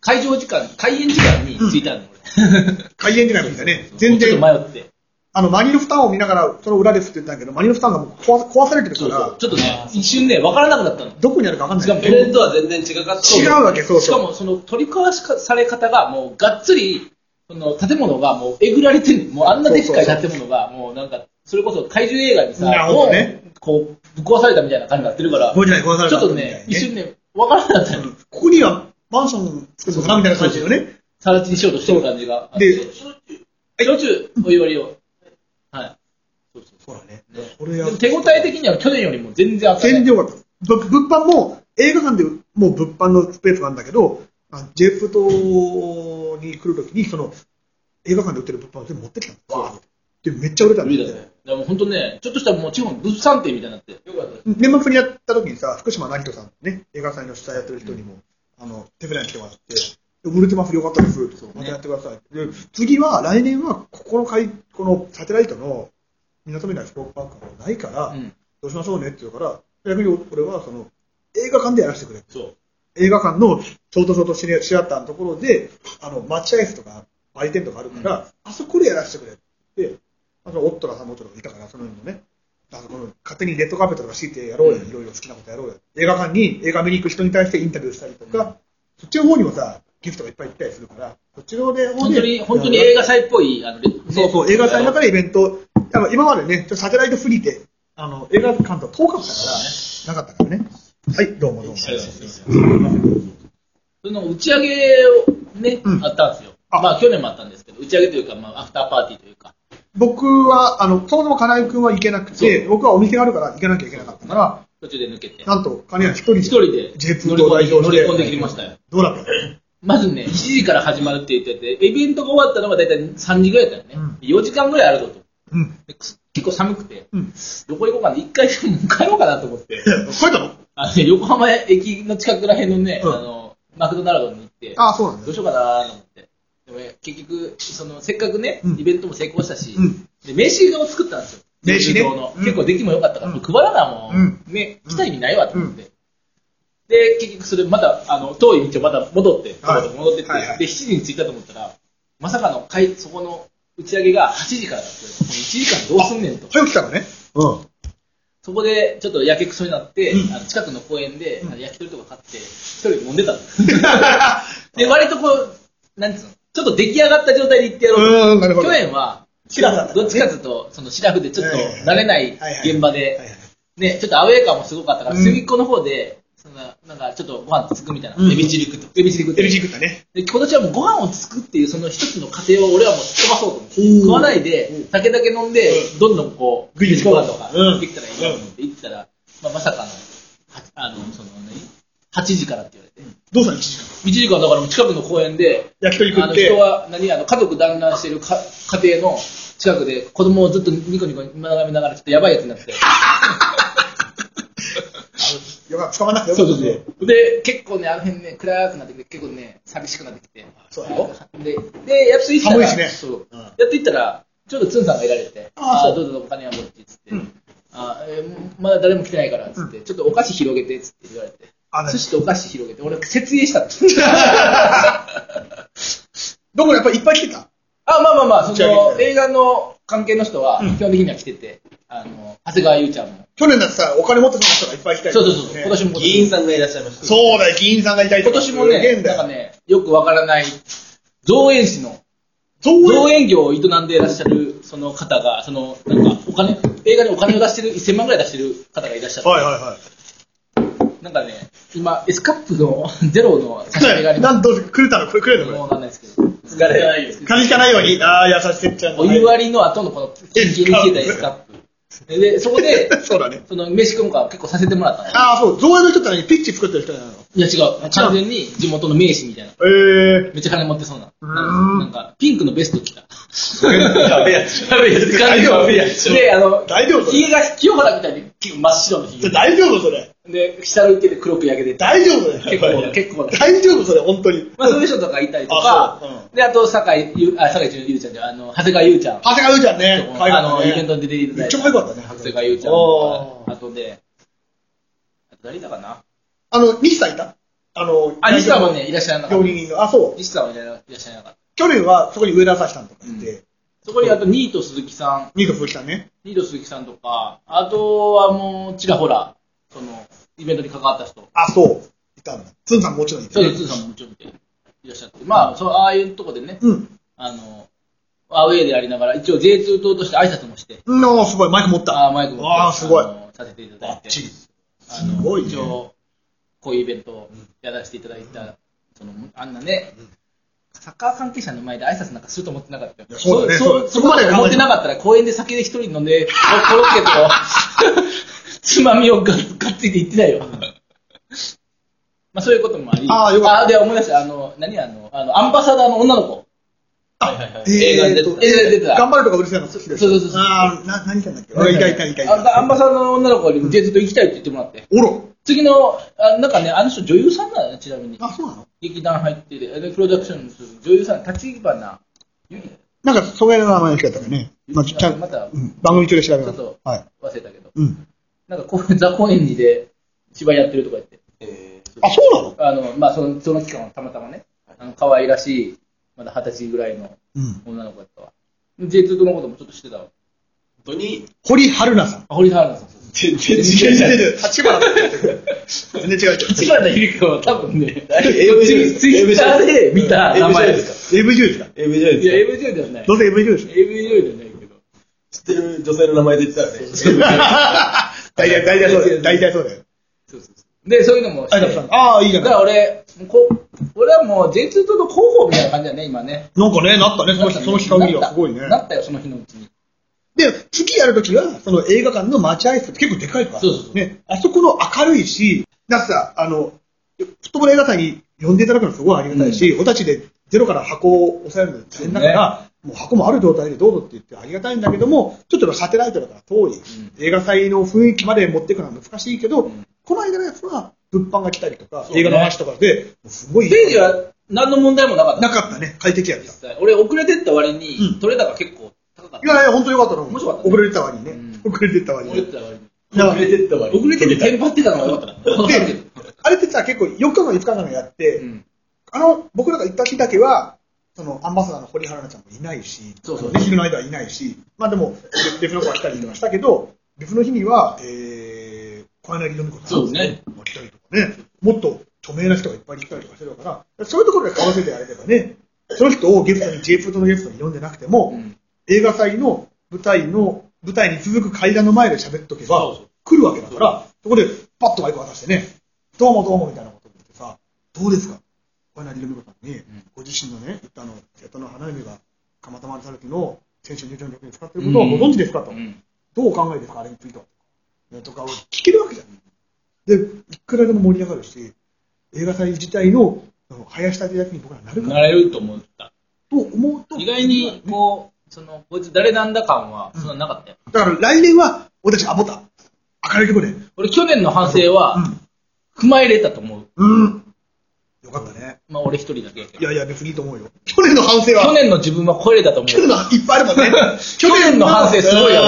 会場時間、開演時間に着いたの、俺。
開演時間見たね。全
ちょっ
然、
と迷って。
あの、マニの負担を見ながら、その裏ですって言ったんだけど、マニの負担がもう壊壊されてるか
そうそう
ら。、
ちょっとね、一瞬ね、分からなくなったの。
どこにあるか分かん
しか
な
も、
い。
ペレンとは全然違かった。
違うわけそうそう
しかも、その、取り壊しかされ方が、もう、がっつり、その、建物がもう、えぐられてる。もう、あんなでっかい建物が、もう、なんか、それこそ、怪獣映画にさ、
なるほどね
もうこう、ぶっ壊されたみたいな感じになってるから、
ごめんなさい壊され
ち
た
ょっとね、一瞬ね、分からなかったの。
ここにはマンション作るのかなみたいな感じのね。
さら地にしようとしてる感じがあって。
で
しょっちゅう、しょっちゅうお祝いを。はい。そう
そ
そう
うだね。
そう。ね
これ
で
や
も手応え的には去年よりも全然
全然
量
良かったです。ぶ物販も映画館でもう物販のスペースがあるんだけど、あジェフ島に来るときにその映画館で売ってる物販を全部持ってきたの。わーってでめっちゃ売れたん
だ
で、
ね。でも本当ね、ちょっとしたらもう地方の物産展みたいになって。
よかったです。
年末にやったときにさ、福島成人さんね、映画祭の主催やってる人にも、あの手ぶらに来てもらって、売れてます、よかったです、またやってください。で次は、来年はここの会、このサテライトの港未来スポーツパークはないから、
うん。
どうしましょうねって言うから、逆に俺はその映画館でやらせてくれ。
そう。
映画館のショートショートシネシアターのところで、あの、待合室とか売店とかあるから、あそこでやらせてくれって言って、あの、オットラさんもちろんいたから、その辺のね、あの、この勝手にレッドカーペットとか敷いてやろうよ、
うん
いろいろ好きなことやろうよ。映画館に映画見に行く人に対してインタビューしたりとか、
うん
そっちの方にもさ、ギフトがいっぱい行ったりするから、そっちの方で、
本当に、本当に映画祭っぽい、あの、ね
そうそう、映画祭の中でイベント、多分今までね、ちょっとサテライトすぎて、あの映画館と遠かったから、なかったからね。はい、どうもどうも。
ありがとうございますその打ち上げをね、
うん
あったんですよ。
あ
まあ去年もあったんですけど、打ち上げというか、まあアフターパーティーというか。
僕は、あの、そもそも金井君は行けなくて、僕はお店があるから行けなきゃいけなかったから、
途中で抜けて。
なんと金谷一人で、
一人で
J2
乗り込んで
を代表して
乗り込んできましたよ。
どうだった
まずね、7時から始まるって言ってて、イベントが終わったのが大体3時ぐらいだったよね。
う
4時間ぐらいあるぞと。
うん。
でくす結構寒くて、
うん。
どこ行こうかな、一回でも帰ろうかなと思って、
帰ったの
あの横浜駅の近くらへんのね、
うん
あの、マクドナルドに行って、
ああ、そうなん
ど
だ
うし。ようかなと思って。でもね結局、その、せっかくね
う、ん
イベントも成功したし
うん、
で、名刺を作ったんですよ。
名刺ね
柔道の
うん
結構出来も良かったから、
うん
配らなも
うん
ん、ね、来た意味ないわと思って。で、結局それ、また、あの、遠い道をまた戻って、
はい
戻ってって、
はいはい
で、7時に着いたと思ったら、まさかの会、そこの打ち上げが8時からだって、もう1時間どうすんねんと。
早く来た
[laughs]
のね。うん。
そこで、ちょっとやけくそになって、
うん
あの近くの公園で、
うん
あの焼き鳥とか買って、一人で飲んでたの。で、割とこう、なんつうの、ちょっと出来上がった状態で行ってやろう
うーん、なる
と。
ほど。
去年は、
シラフだったからね
どっちかというと、そのシラフでちょっと
はいはいはい
慣れない
はいはい
現場
はい
で、
はい
ね、ちょっとアウェー感もすごかったから、
うん
隅っこの方で、そんな、なんかちょっとご飯つつくみたいな。
うん
エビチリ食って。エビチリ食って。
LG 食ったね。
で今年はもうご飯をつくっていうその一つの過程を俺はもう突っ飛ばそうと思って
うん
食わないで酒だけ飲んで
う
どんどんこう
グイグイ
飯ご飯とか
うん
できたらいいなと思って行ったら、まあ、まさかのはあのその何8時からって言われて
どうしたの ?1 時間。
1時間だからもう近くの公園で
焼き鳥食
あ
っ
の人
て。
は何あの家族団らんしてるか家庭の近くで子供をずっとニコニコ眺めながらちょっとやばいやつになって。
よかった、捕まんなくてよかっ
そう
た
そ
ね
うそう。で、結構ね、あの辺ね、暗くなってきて、結構ね、寂しくなってきて。
そうだよ
で、で、やっと行った
寒
ら、
いしね
そう
うん
やって行ったら、ちょうどツンさんがいられて、
ああ
あ
そう
どうぞどうぞお金は持って、つって。
うん
あえーまだ誰も来てないから、つって、ちょっとお菓子広げて、つって言われて。
あの
寿司とお菓子広げて、俺、設営したの。
[laughs] どこやっぱりいっぱい来てた。
あ、まあまあまあ、
打
そ
ち上げみたい
の、
な
映画の関係の人は、
うん
基本的には来てて、あの、長谷川優ちゃんも。
去年だってさ、お金持ってた人がいっぱい来たり
そ
と
う
か
そう
ね
そう、今年も。
議員さんがいらっしゃいました。
そうだよ、議員さんがいたりと
今
か。
年も
すげえ
ね、
んだ
な
よ
んかね、よくわからない、造園師の、
造
造
園
園業を営んでいらっしゃるその方が、その、なんか、お金、映画にお金を出してる、1000万ぐらい出してる方がいらっしゃって、
はいはいはい。
なんかね、今、エスカップの [laughs] ゼロの差し入れがありま
なんと、くれたのこれくれ
す。
たの
も
こ
うわかんないですけど。
疲れないよ。
れ。風邪ひかないように、ああ、優しいてっちゃんの
お湯割りの後のこの、キンキンに冷えたエスカップ。で、そ
[laughs]
こで、
そうだね。
その、飯食うか結構させてもらったの。
ああ、そう、造園の人って何ピッチ作ってる人じゃないの
いや違う、完全に地元の名士みたいな。
ええ
めっちゃ金持ってそうな。
うーん
なんか、ピンクのベスト着た。
やべえやつ。やべえやつ。やべえやつ。
で、あの、
大丈夫それ
ひげが清原みたいに結構真っ白のひ
ー。
げ。
大丈夫それ。
で、下の受けで黒く焼けてて、
大丈夫それ。
結構、結構な。
大丈夫それ、本当に。
まあ、そういう人とかいたりと
あそう
か
う、
で、あと、酒井ゆ、あ、酒井純ゆうちゃんじゃないあの、長谷川ゆうちゃん。
長谷川優ちゃんね。可愛
あ
かった
の、
ね
イベントに出ていただ
め
い。
ったちゃ可愛かったね。
長谷川ゆうちゃん
お
と
ー
か、あとで、あと誰いたかな
あの、西さんいたあの、
あ、西さんもね、いらっしゃらなか
料
った。
理人の。あ、そう。
西さんはいらっしゃらなかった。
去年はそこに上田さんしたんとかいて、
そこに、あと、ニート鈴木さん、
ニート鈴木さんね。
ニート鈴木さんとか、あとはもう、ちらほら、その、イベントに関わった人。
あ、そう。いたんだ。つんさんもちろんいて
そう
ね
です、つーさんももちろんいていらっしゃって、まあ、そうああいうとこでね、
うん。
あの、アウェーでありながら、一応 J2 党として挨拶もして、
うん、おーすごい。マイク持った。
ああマイクも
あーすごい
のさせていただいて、
チリ。
あ
す
の
ごいね
一応、こういうイベントをやらせていただいた、そのあんなね、サッカー関係者の前で挨拶なんかすると思ってなかったよ
や。そうだね
そ
そう
そこまで
そこまで
思ってなかったら、公園で酒で一人飲んで、コロッケとつまみをがっがっついて行ってないよ。まあそういうこともあり、
ああよかった
あで思い出した、あの、何あの、あの、アンバサダーの女の子。
はいはいはい。
映画に出てた
えーと
映画に出てた
頑張るとかうるせえの好きでしょ
そうそうそうそう
あーな、何言ったんだっけ俺、いたいたいたい
あの
た。
アンバサダーの女の子よりも J2 と行きたいって言ってもらって。
おろ。
次の、あなんかね、あの人女優さんなのよちなみに。
あ、そうなの
劇団入ってて、でプロダクションの女優さん、立花ゆり
なんか、その辺の名前の人だったからね。まあ、ちゃん、
また
うん番組中で調べ
ちょ
ま
っ
す
と。
はい。
忘れたけど、
うん。
なんかこう、ザ・高円寺で芝居やってるとか言って、
えー
あ、そうなの
あの、まあ、その、その期間はたまたまね、あの、可愛らしい、まだ二十歳ぐらいの
うん。
女の子だったわ。J2 とのこともちょっと知ってたわ。
本当に
堀春菜さん。
あ堀原さん。
全然違う
全
じゃん
然違。う。立花だった全然違うじゃん。
立花ゆり子は多分ね、
AV
ツイッターで見た名前ですか
AV 女優ですか
AV じゃない
いや、
ですか
AV 女優ではない
ど。うせ AV 女優です
AV 女優ではないけど。
知ってる女性の名前で言ったらね。
[laughs]
大体、大体そうだよ。大体そうだよ。
そうそうそう。で、そういうのもして
あいださんあー、いいじゃ
だか
ない。
ら俺、こ俺はもう J2 との広報みたいな感じだね、今ね。
なんかね、なったね、その日、その日限りは。すごいね。
なったよ、その日のうちに。
で、次やるときは、その映画館の待合室って結構でかいから、
そうそうそう
ね、あそこの明るいし、だってさ、あの、フットボール映画祭に呼んでいただくのはすごいありがたいし、おたちでゼロから箱を押さえるの大変だから、もう箱もある状態でどうぞって言ってありがたいんだけども、ちょっとやっぱサテライトだから遠い、映画祭の雰囲気まで持っていくのは難しいけど、
うん
この間のやつは、物販が来たりとか、
そうね
映画の話とかで、もうすごい。
ステージは何の問題もなかった。
なかったね、快適やった。
実際。俺、遅れてった割
う
に
ん、
取れ高結構高かっ
いやいや、本当よかったの。
面白かったね
遅れてたわにね。
た。うん
遅れてったわけ
遅れてた割に。
遅れてったわ。
遅れててテンパってたのが良かったな。わかるけど
であれってさ、結構4日間5日間やって、
うん
あの、僕らが行った日だけは、そのアンバサダーの堀原奈ちゃんもいないし、
そうそう
あのね昼の間はいないし、まあでも、別別の子は来たりとかしたけど、別の日には、えー、小柳ルミ子さん
そうね
も来たりとかね、もっと著名な人がいっぱい来たりとかしてるから、そういうところで買わせてやれればね、その人をゲストに J プロのゲストに呼んでなくても、
うん
映画祭の舞台の、舞台に続く階段の前で喋っとけば、来るわけだから、そこでパッとマイク渡してね、どうもどうもみたいなこと言ってさ、どうですか小柳ルミ子さんに、ご自身のね、言ったあの、瀬戸の花嫁が釜玉にされた時の選手入場の時に使っていることをご存知ですかと、
うん
どうお考えですかあれについては。ね、とかを聞けるわけじゃん。で、いくらでも盛り上がるし、映画祭自体の、あの林立て役に僕らなるか
なれると思った。
と思うと、
意外に、こう、その、こいつ誰なんだ感は、そんななかったよ。
だから来年は、俺たちアボタ、明るいとこで。
俺、去年の反省は、踏まえれたと思う。
うん。うん。よかったね。
まあ、俺一人だけやけ
い
ど。
やいや、別にいいと思うよ。去年の反省は。
去年の自分は超えれたと思
去年
う。。
のいっぱいあるもんね
[laughs] 去年の反省すごいよ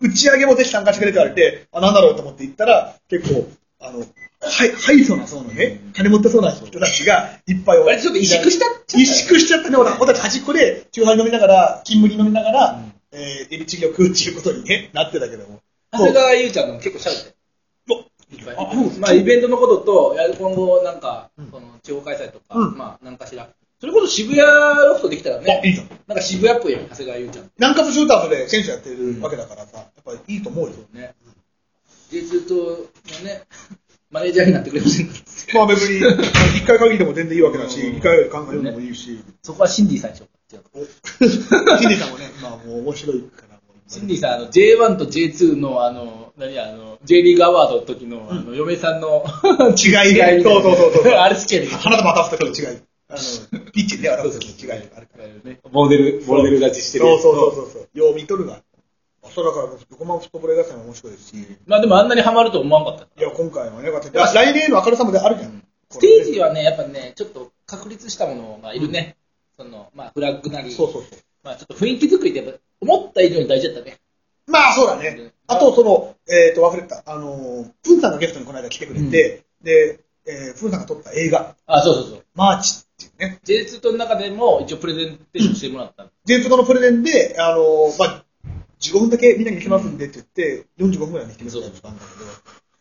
うん打ち上げもぜひ参加してくれって言われて、あ、なんだろうと思って行ったら、結構、あの、はい、はいそうなそうのね、金持ってそうな人たちがいっぱい
あれちょっと萎縮しちゃった
萎
よね
縮しちゃったね、俺俺たち端っこで、チューハイ飲みながら、金麦飲みながら、えーエビチリを食うっていうことに、ね、なってたけども。
長谷川優ちゃんの結構しゃべって。いっぱい
あうん
まあ、イベントのことと、いや今後、なんか、
うん
その地方開催とか、
うん
まあ、なんかしら。それこそ渋谷ロフトできたら
あ、いい
ね、
じゃん。
なんか渋谷っぽいよね、長谷川優ちゃん。
南葛シューターズで選手やってるわけだからさ、やっぱりいいと思うよ。
ね。J2 とのね、マネージャーになってくれませんか
まあ別
[laughs]
に、一回限りでも全然いいわけだし、
うん
一回考えるのもいいし。
そこはシンディさんにしようか。
おヒデさんも [laughs] ね、まあもう面白いから、もう
シンディさん、あの J1 と J2 の、あの、何あの、J リーグアワードの時の、あの、嫁さんの
違いが
み [laughs] たいな
そうそうそうそう
[laughs] あれ好きやねん
花束渡すときの違い。あの、 [laughs] ピッチで表すときの違いとかあるから。
ねボデル、ボデル勝ちしてる。
そうそうそうそうそう。よう見とるが。あそうだから、横浜フットボール映画祭も面白いし、い
まあでもあんなにハマると思わんかった。
や、今回もね、よかった。いや来年への明るさもであるじゃん。
ステージはね、やっぱね、ちょっと確立したものがいるね。その、まあ、フラッグなり、
そうそうそう。
まあ、ちょっと雰囲気作りって、やっぱ、思った以上に大事だったね。
まあそうだね。あと、その、えっ、と、忘れてた。あのー、プンさんがゲストにこの間来てくれて、で、えー、プンさんが撮った映画、
あ、そうそうそう。
マーチっていうね、
J2 との中でも、一応プレゼンテーションしてもらった。
全部のプレゼンで、あのまあ、15分だけみんなに見せますんでって言って、45分ぐらい見せてみたいなのがあったんだ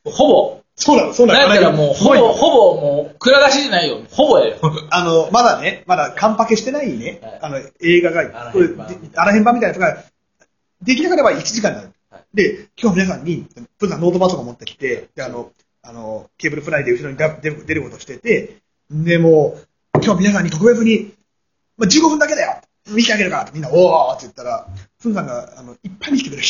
けど、
ほぼ、
そうなの、そうな
なん
の。
やったらもう、ほ
す
ぼ、
ごい
ほぼもう、蔵出しじゃないよ。ほぼやよ。
[laughs] あの、まだね、まだカンパケしてないね、
はい
あの、映画
あ
が、
ら
こ
へ
れ
んばみたいな
あらへんばみたいなやつが、できなければ1時間になる。
はい
で、今日皆さんに、プンさんノートパソコン持ってきて、で、あの、あの、ケーブルフライで後ろにだ出る出ることしてて、で、もう、今日皆さんに特別に、まあ、15分だけだよ見てあげるからってみんな、おーって言ったら、プンさんが、あの、いっぱい見せてくれる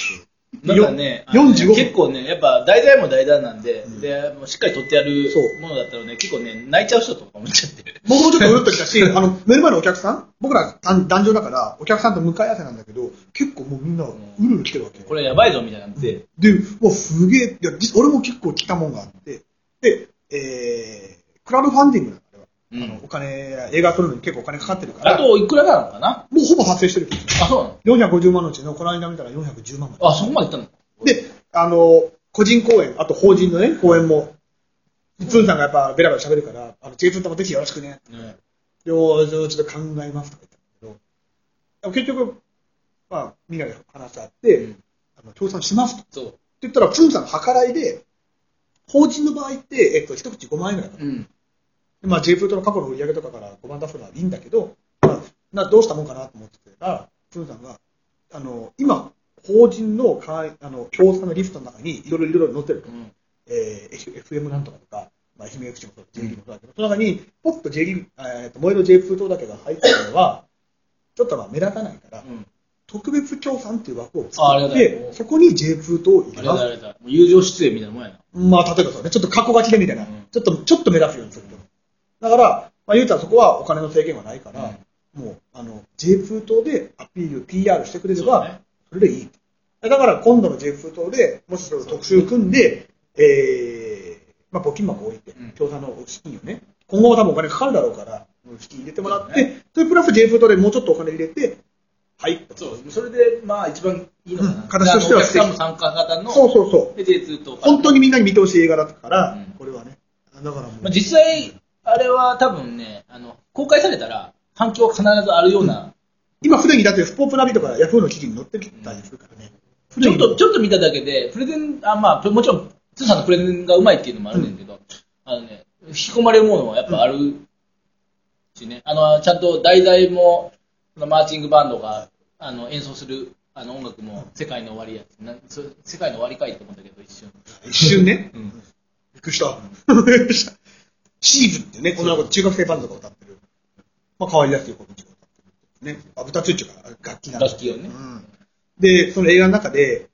なんかね、あのね
45分。
結構ね、やっぱ題材も題材なんで、でもうしっかり取ってやる
そう
ものだったらね、結構ね、泣いちゃう人とかもいちゃって。
僕もちょっとうるっときたし、あの、目の前のお客さん、僕らあん男女だから、お客さんと向かい合わせなんだけど、結構もうみんな、うるうる来てるわけ。
これやばいぞみたいなんで、
で、もうすげえ、いや、実俺も結構来たもんがあって、で、えー、クラウドファンディングだから、
うん
あの、お金、映画撮るのに結構お金かかってるから、
あといくらなのかな
もうほぼ発生してるけど。
あ、そうなの
450万のうちの、この間見たら410万まで。
あ、そこまでいったの
で、あの、個人公演、あと法人のね、公演も、プンさんがやっぱベラベラ喋るから、あの、J プンともぜひよろしくね、
ね
ようちょっと考えますとか言ったんだけど、でも結局、まあ、みんなで話し合って、
うん
あの協賛しますと。って
そう。
言ったら、プンさんの計らいで、法人の場合って、えっと、一口5万円ぐらいだから、
うん。
でまあ、J プートの過去の売り上げとかから5万出すのはいいんだけど、まあ、などうしたもんかなと思ってたら、プンさんが、あの今、法人の会あの協賛のリストの中にいろいろいろいろ載ってると。
うん
えー、F- FM なんとかとか、まあ、愛媛 FC もそう、J リーグもそうだけど、その中に、ポッと J リーグ、えーと、燃える J プートだけが入ってるのは、ちょっとまあ目立たないから、
うん。
特別協賛っていう枠を
ああり
作
が
った
い
て、そこに J プートを入れ
あれだ
ま
あ
す。
れだ。もう友情出演みたいなもんやな。
まあ、例えばそうね、ちょっと過去書きでみたいな、
ん
ちょっと、ちょっと目立つようにすると。だから、まあ、言うたらそこはお金の制限はないから、もう、あの、J プートでアピール、PR してくれれば、
そうね
それでいい。だから今度の J 封筒で、もしそれを特集組んで、えーまあ、募金箱を置いて
うん、
協賛の資金をね、今後も多分お金かかるだろうから、資金入れてもらっ
そう
て、それプラス J 封筒でもうちょっとお金入れて、はい。
そう、それで、まあ、一番いいのかな。
うん形としては素敵
であのお客さんも参加型の、
そうそうそう。
で J2 とか。
本当にみんなに見通しい映画だったから、
うん
これはね。だからもう、
まあ、実際、あれは多分ね、あの、公開されたら、反響は必ずあるような、
今すでにだってスポープナビとかヤフーの記事に載ってたりするからね。
ちょっと、ちょっと見ただけで、プレゼン、あ、まあ、もちろん、通さんのプレゼンがうまいっていうのもあるねんだけど、あのね、引き込まれるものはやっぱあるしね、あの、ちゃんと題材も、そのマーチングバンドが、あの、演奏する、あの、音楽も、世界の終わりやつ、なんそ世界の終わりかいって思ったけど、一瞬。
一瞬ね。
ん
びっくりした。びっくりした [laughs] シーズってね、この子中学生バンドが歌ってる。まあ、可愛らしい子たちが歌ってる。ね。あ、歌ついちゃうから、楽器なんだ
楽器を
う
ね
んで、その映画の中で、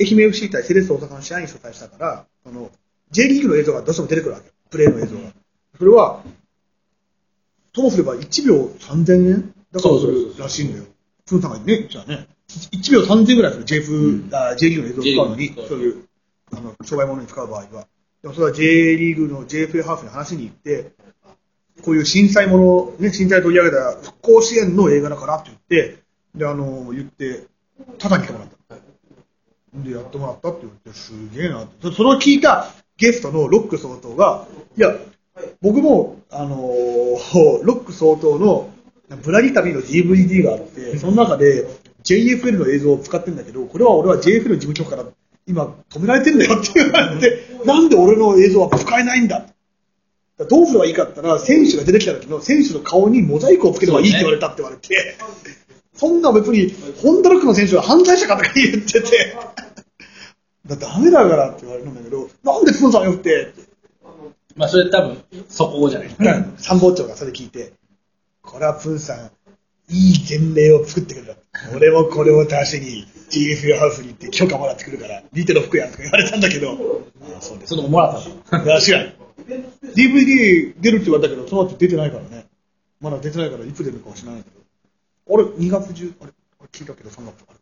愛媛 FC 対セレッソ大阪の試合に主催したから、その、J リーグの映像がどうしても出てくるわけよ。プレーの映像が。それは、ともすれば1秒3000円だから
そう
す
そうそ
る
う
らしいんだよ。プーさんがね、じゃあね、1秒3000円ぐらいする J 風、あ J リーグの映像を使うのに
J リーグの映像を、使
そうういう、あの、商売物に使う場合は。でもそれは J リーグの JFA ハーフに話しに行って、こういう震災もの、ね、震災取り上げた復興支援の映画だからって言って、で、あの、言って、叩きてもらった。で、やってもらったって言って、すげえなって。そそれを聞いたゲストのロック総統が、いや、僕も、あのー [laughs] ロック総統のブラリ旅の DVD があって、その中で JFL の映像を使ってるんだけど、これは俺は JFL の事務局から今止められてるんだよって言われて、なんで俺の映像は使えないんだだからどうすればいいかって言ったら、選手が出てきた時の選手の顔にモザイクをつければいいって言われたって言われて、そんな別に、ホンダロックの選手は犯罪者かとか言ってて、だダメだからって言われるんだけど、なんでスンさんよくて、
まあ、それ多分、そこじゃない。
参謀長がそれ聞いて、これはプンさん、いい前例を作ってくれた。俺もこれを足しに GFU ハウスに行って許可もらってくるから、見てろ服やんとか言われたんだけど、ああそうです
そのもらった
確
の。
かに。DVD 出るって言われたけど、その後出てないからね。まだ出てないから、いつ出るのかは知らないけど。あれ、2月中、あれ、あれ聞いたけど、3月とか。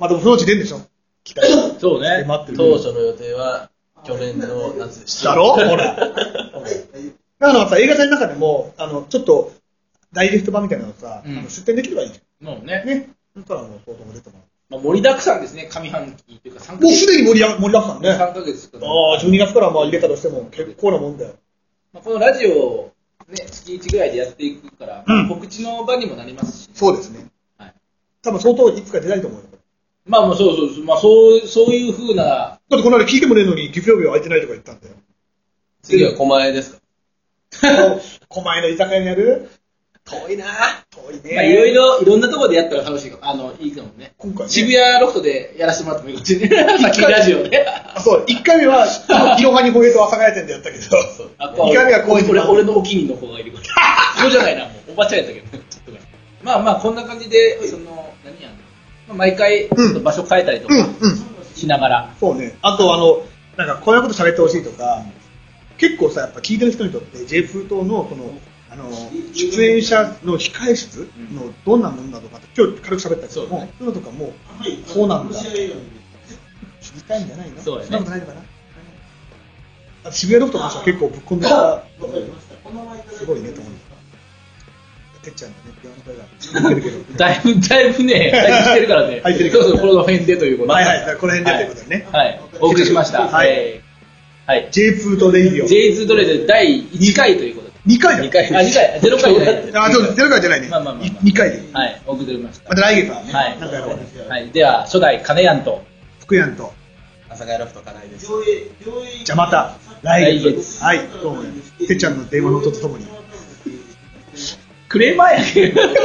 まあでも、そのうち出るんでしょ期待。
そうね。
待ってる
当初の予定は去年の夏でした。
だ
[laughs]
ろほら。だからさ、映画祭の中でも、あの、ちょっと、ダイレクト版みたいなのさ、
うん
あの出展できればいいじ
もう
ゃ
ね
ん。。ね。そしたらもう、そうとも出てもら
まあ、盛りだくさんですね、上半期というか3
う。もうすでに盛り上が盛りだくさんね。あ
3ヶ月とか、
あ、12月からまあ入れたとしても、結構なもんだよ。
まあ、このラジオを、ね、月1ぐらいでやっていくから、まあ告知の場にもなりますし、
そうですね。
はい、
多分相当いつか出ないと思うよ。
まあもうそうそうそう、まあ、そうそういうふうな、
だってこの間聞いてもねえのに、月曜日は空いてないとか言ったん
[laughs]
だよ。
次は狛江ですか
狛江の居酒屋にやる
遠いな
遠い
まあ、いろい
ね。
ろいろんなところでやったら楽しいかもあのいいかもね
今回ね
渋谷ロフトでやらせてもらってもいいかもしれ [laughs] ない、さっきラジオで。
あそう、1回目は、いろはにほえと阿佐ヶ谷店でやったけど、
あ
2回目は高円
俺
寺
俺のお気に入りの子がいるから [laughs] そうじゃないなもうおばちゃんやったけどちょっとねまあまあこんな感じでその何やんの、まあ、毎回ちょっと場所変えたりとか
うん、うん。
しながら、
そうね。あと、あの、なんか、こういうこと喋ってほしいとか、結構さ、やっぱ聞いてる人にとって、J 風党の、この、あの、出演者の控え室のどんなもんなのかって、今日軽く喋ったけども、そういうのとかも、そうなんだ。知りたいんじゃないの
そうやね
んなことないのかな。あと渋谷ロフトの話は結構ぶっ込んでた。すごいね、と思う。てっちゃんがね、電話の声が入ってるけど。
だいぶだいぶね [laughs] 配信してるからね
入ってる
そうそうこの辺でということで
はいはい、だからこの辺でということでね。
はいお送りしました
はい
えーはい
J 風とレイディオ。
J2 ドレー第1回ということで
2回だ
2回あ2回あ0回じゃないです
あ、ちょっとゼロ回じゃないね。
まあまあまあまあ
い二回で。
はいお送りしました
また来月はね、
はい
なんかやろうね。
はいでは初代金やんと
福やんと。
阿佐ヶ谷ロフト金井です。
じゃあまた来
来
月。
月
はい、どうもね。てっちゃんの電話の音とともに。違う [laughs]
クレーマーやけど
違う違う。